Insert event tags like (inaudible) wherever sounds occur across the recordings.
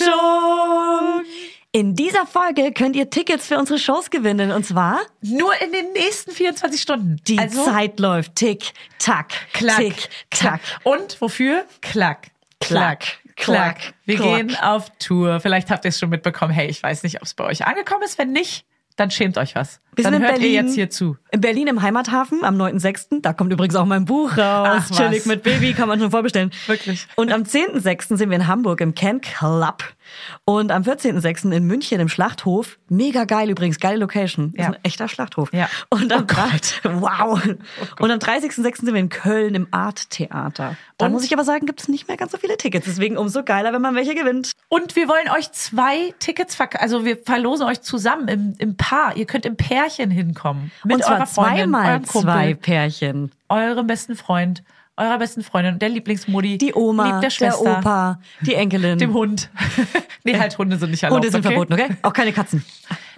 Überraschung! In dieser Folge könnt ihr Tickets für unsere Shows gewinnen und zwar Nur in den nächsten 24 Stunden. die also, Zeit läuft tick tack klack, tick tack. klack. Und wofür? Klack. Klack, Klack. klack, Klack. Wir klack. gehen auf Tour. Vielleicht habt ihr es schon mitbekommen. Hey, ich weiß nicht, ob es bei euch angekommen ist. Wenn nicht, dann schämt euch was. Wir dann sind in hört ihr Berlin. jetzt hier zu. In Berlin im Heimathafen am 9.6. Da kommt übrigens auch mein Buch raus. Ach, was. Chillig mit Baby kann man schon vorbestellen. Wirklich. Und am 10.6. sind wir in Hamburg im Can Club. Und am 14.6. in München im Schlachthof. Mega geil übrigens, geile Location. Ja. Ist ein echter Schlachthof. Ja. Und am Oh Gott. Oh Wow. Und am 30.6. sind wir in Köln im Art Theater. Da Und- muss ich aber sagen, gibt es nicht mehr ganz so viele Tickets. Deswegen umso geiler, wenn man welche gewinnt. Und wir wollen euch zwei Tickets verk Also wir verlosen euch zusammen im, im Paar. Ihr könnt im Pärchen hinkommen. Mit Und zwar eurer Freundin, zweimal eurem Kumpel, zwei Pärchen. eurem besten Freund, eurer besten Freundin, der Lieblingsmodi, Die Oma, lieb der, der Schwester, Opa, die Enkelin. dem Hund. (laughs) nee, halt Hunde sind nicht erlaubt. Hunde sind okay? verboten, okay? Auch keine Katzen.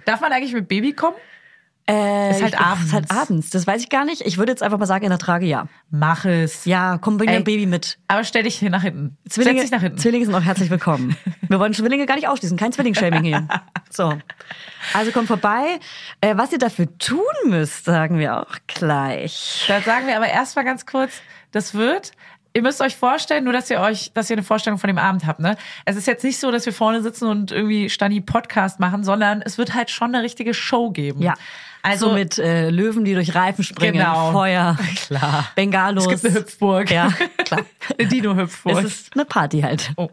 Darf man eigentlich mit Baby kommen? Äh, Ist halt ich- ach, Ist halt abends. abends. Das weiß ich gar nicht. Ich würde jetzt einfach mal sagen, in der Trage ja. Mach es. Ja, komm, bring dein Ey, Baby mit. Aber stell dich hier nach hinten. Setz dich nach hinten. Zwillinge sind auch herzlich willkommen. Wir wollen Zwillinge gar nicht ausschließen, kein Zwillingshaming hier. So. Also kommt vorbei. Äh, was ihr dafür tun müsst, sagen wir auch gleich. Da sagen wir aber erstmal ganz kurz, das wird. Ihr müsst euch vorstellen, nur dass ihr euch, dass ihr eine Vorstellung von dem Abend habt, ne? Es ist jetzt nicht so, dass wir vorne sitzen und irgendwie Stani Podcast machen, sondern es wird halt schon eine richtige Show geben. Ja. Also Also so mit äh, Löwen, die durch Reifen springen, Genau. Feuer, Klar. Bengalos. es gibt eine (laughs) Hüpfburg. Ja, klar. (laughs) eine Dino-Hüpfburg. Es ist eine Party halt. Oh.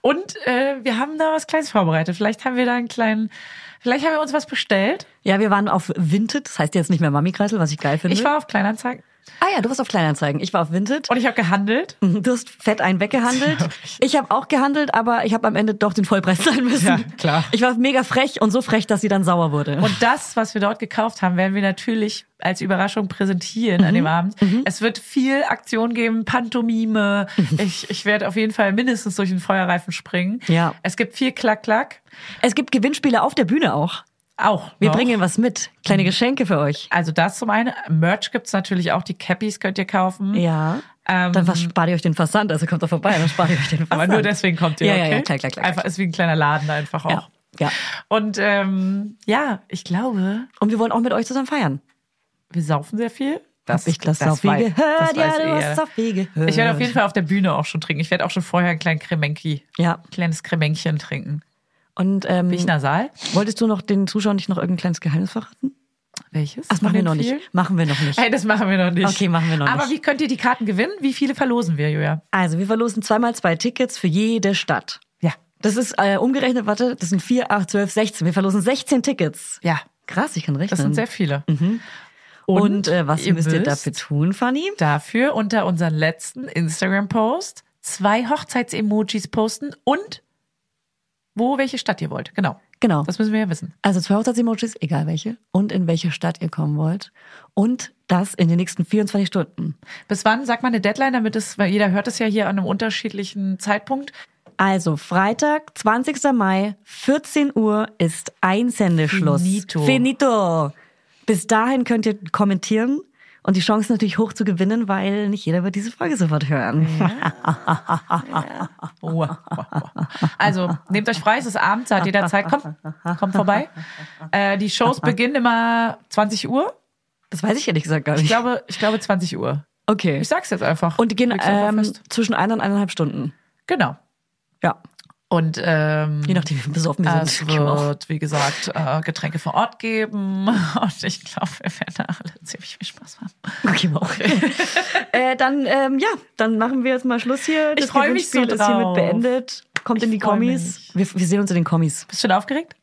Und äh, wir haben da was Kleines vorbereitet. Vielleicht haben wir da einen kleinen, vielleicht haben wir uns was bestellt. Ja, wir waren auf Vinted, das heißt jetzt nicht mehr Mami-Kreisel, was ich geil finde. Ich war auf Kleinanzeigen ah ja, du warst auf Kleinanzeigen. Ich war auf Vinted. und ich habe gehandelt. Du hast fett einen (laughs) weggehandelt. Ich habe auch gehandelt, aber ich habe am Ende doch den Vollpreis zahlen müssen. Ja, klar. Ich war mega frech und so frech, dass sie dann sauer wurde. Und das, was wir dort gekauft haben, werden wir natürlich als Überraschung präsentieren an Mhm. dem Abend. Es wird viel Aktion geben, Pantomime. Mhm. Ich, ich werde auf jeden Fall mindestens durch den Feuerreifen springen. Ja. Es gibt viel Klack-Klack. es gibt Gewinnspiele auf der Bühne auch. Auch. Wir noch. bringen was mit. Kleine Mhm. Geschenke für euch. Also das zum einen. Merch gibt's natürlich auch. Die Cappies könnt ihr kaufen. Ja. Ähm, Dann was, spart ihr euch den Versand. Also kommt doch vorbei, dann spart ihr euch den Versand. (laughs) aber nur deswegen kommt ihr. Ja, okay? ja, ja, klar, klar, klar. Einfach ist wie ein kleiner Laden einfach auch. Ja, ja. Und ähm, ja, ich glaube, Und wir wollen auch mit euch zusammen feiern. wir saufen sehr viel. Hab ich das, eh auf wei- wie gehört? das Ja, weiß du ihr. hast auf wie gehört. Ich werde auf jeden Fall auf der Bühne auch schon trinken. Ich werde auch schon vorher einen kleinen Kremenki, Ja. kleines Kremenkchen trinken. Und ähm, Bin ich nasal? wolltest du noch den Zuschauern nicht noch irgendein kleines Geheimnis verraten? Welches? Das machen wir noch nicht. Machen wir noch nicht. Hey, das machen wir noch nicht. Okay, machen wir noch Aber nicht. wie könnt ihr die Karten gewinnen? Wie viele verlosen wir, Julia? Also, wir verlosen zweimal zwei Tickets für jede Stadt. Ja. Das ist äh, umgerechnet, warte, das sind 4, 8, 12, 16. Wir verlosen 16 Tickets. Ja. Krass, ich kann rechnen. Das sind sehr viele. Mhm. Und, äh, was müsst ihr müsst dafür tun, Fanny? Dafür unter unseren letzten Instagram-Post zwei Hochzeits-Emojis posten und wo welche Stadt ihr wollt. Genau. Genau. Das müssen wir ja wissen. Also zwei Hochzeits-Emojis, egal welche, und in welche Stadt ihr kommen wollt. Und das in den nächsten 24 Stunden. Bis wann? Sag mal eine Deadline, damit es, weil jeder hört es ja hier an einem unterschiedlichen Zeitpunkt. Also Freitag, 20. Mai, 14 Uhr ist Einsendeschluss. Finito. Finito. Bis dahin könnt ihr kommentieren und die Chance ist natürlich hoch zu gewinnen, weil nicht jeder wird diese Folge sofort hören. Oh, oh, oh. (laughs) Also, nehmt euch frei, es ist Abend, seid jederzeit. Kommt, kommt vorbei. Äh, die Shows beginnen immer 20 Uhr. (laughs) Das weiß ich ehrlich gesagt gar Ich nicht. glaube, ich glaube 20 Uhr. Okay. Ich sag's jetzt einfach. Und die gehen Leg's einfach ähm, fest. zwischen einer und eineinhalb Stunden. Genau. Ja. Und ähm, Je nachdem, wie besoffen wir es sind. Genau. wird, wie gesagt, äh, Getränke vor Ort geben. (laughs) Und ich glaube, wir werden da alle ziemlich viel Spaß haben. (laughs) Okay, okay. (laughs) äh, dann, ähm, ja, dann machen wir jetzt mal Schluss hier. Ich freu mich so Gewinnspiel ist hiermit drauf. beendet. Kommt Ich in die freu Kommis. Wir, wir sehen uns in den Kommis. Bist du schon aufgeregt?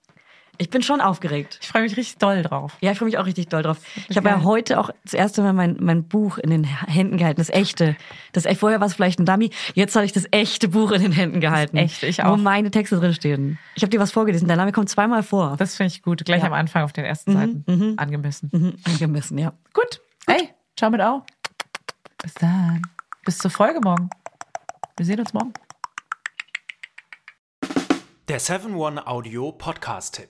Ich bin schon aufgeregt. Ich freue mich richtig doll drauf. Ja, ich freue mich auch richtig doll drauf. Ich habe geil. ja heute auch das erste Mal mein, mein Buch in den Händen gehalten, das echte. Das echt, vorher war es vielleicht ein Dummy, jetzt habe ich das echte Buch in den Händen gehalten. echte, ich auch. Wo meine Texte drin stehen. Ich habe dir was vorgelesen, dein Name kommt zweimal vor. Das finde ich gut. Gleich Ja. am Anfang auf den ersten Seiten. Angemessen. Mhm, angemessen, ja. Gut. Hey, ciao mit au. Bis dann. Bis zur Folge morgen. Wir sehen uns morgen. Der 7-One Audio Podcast-Tipp.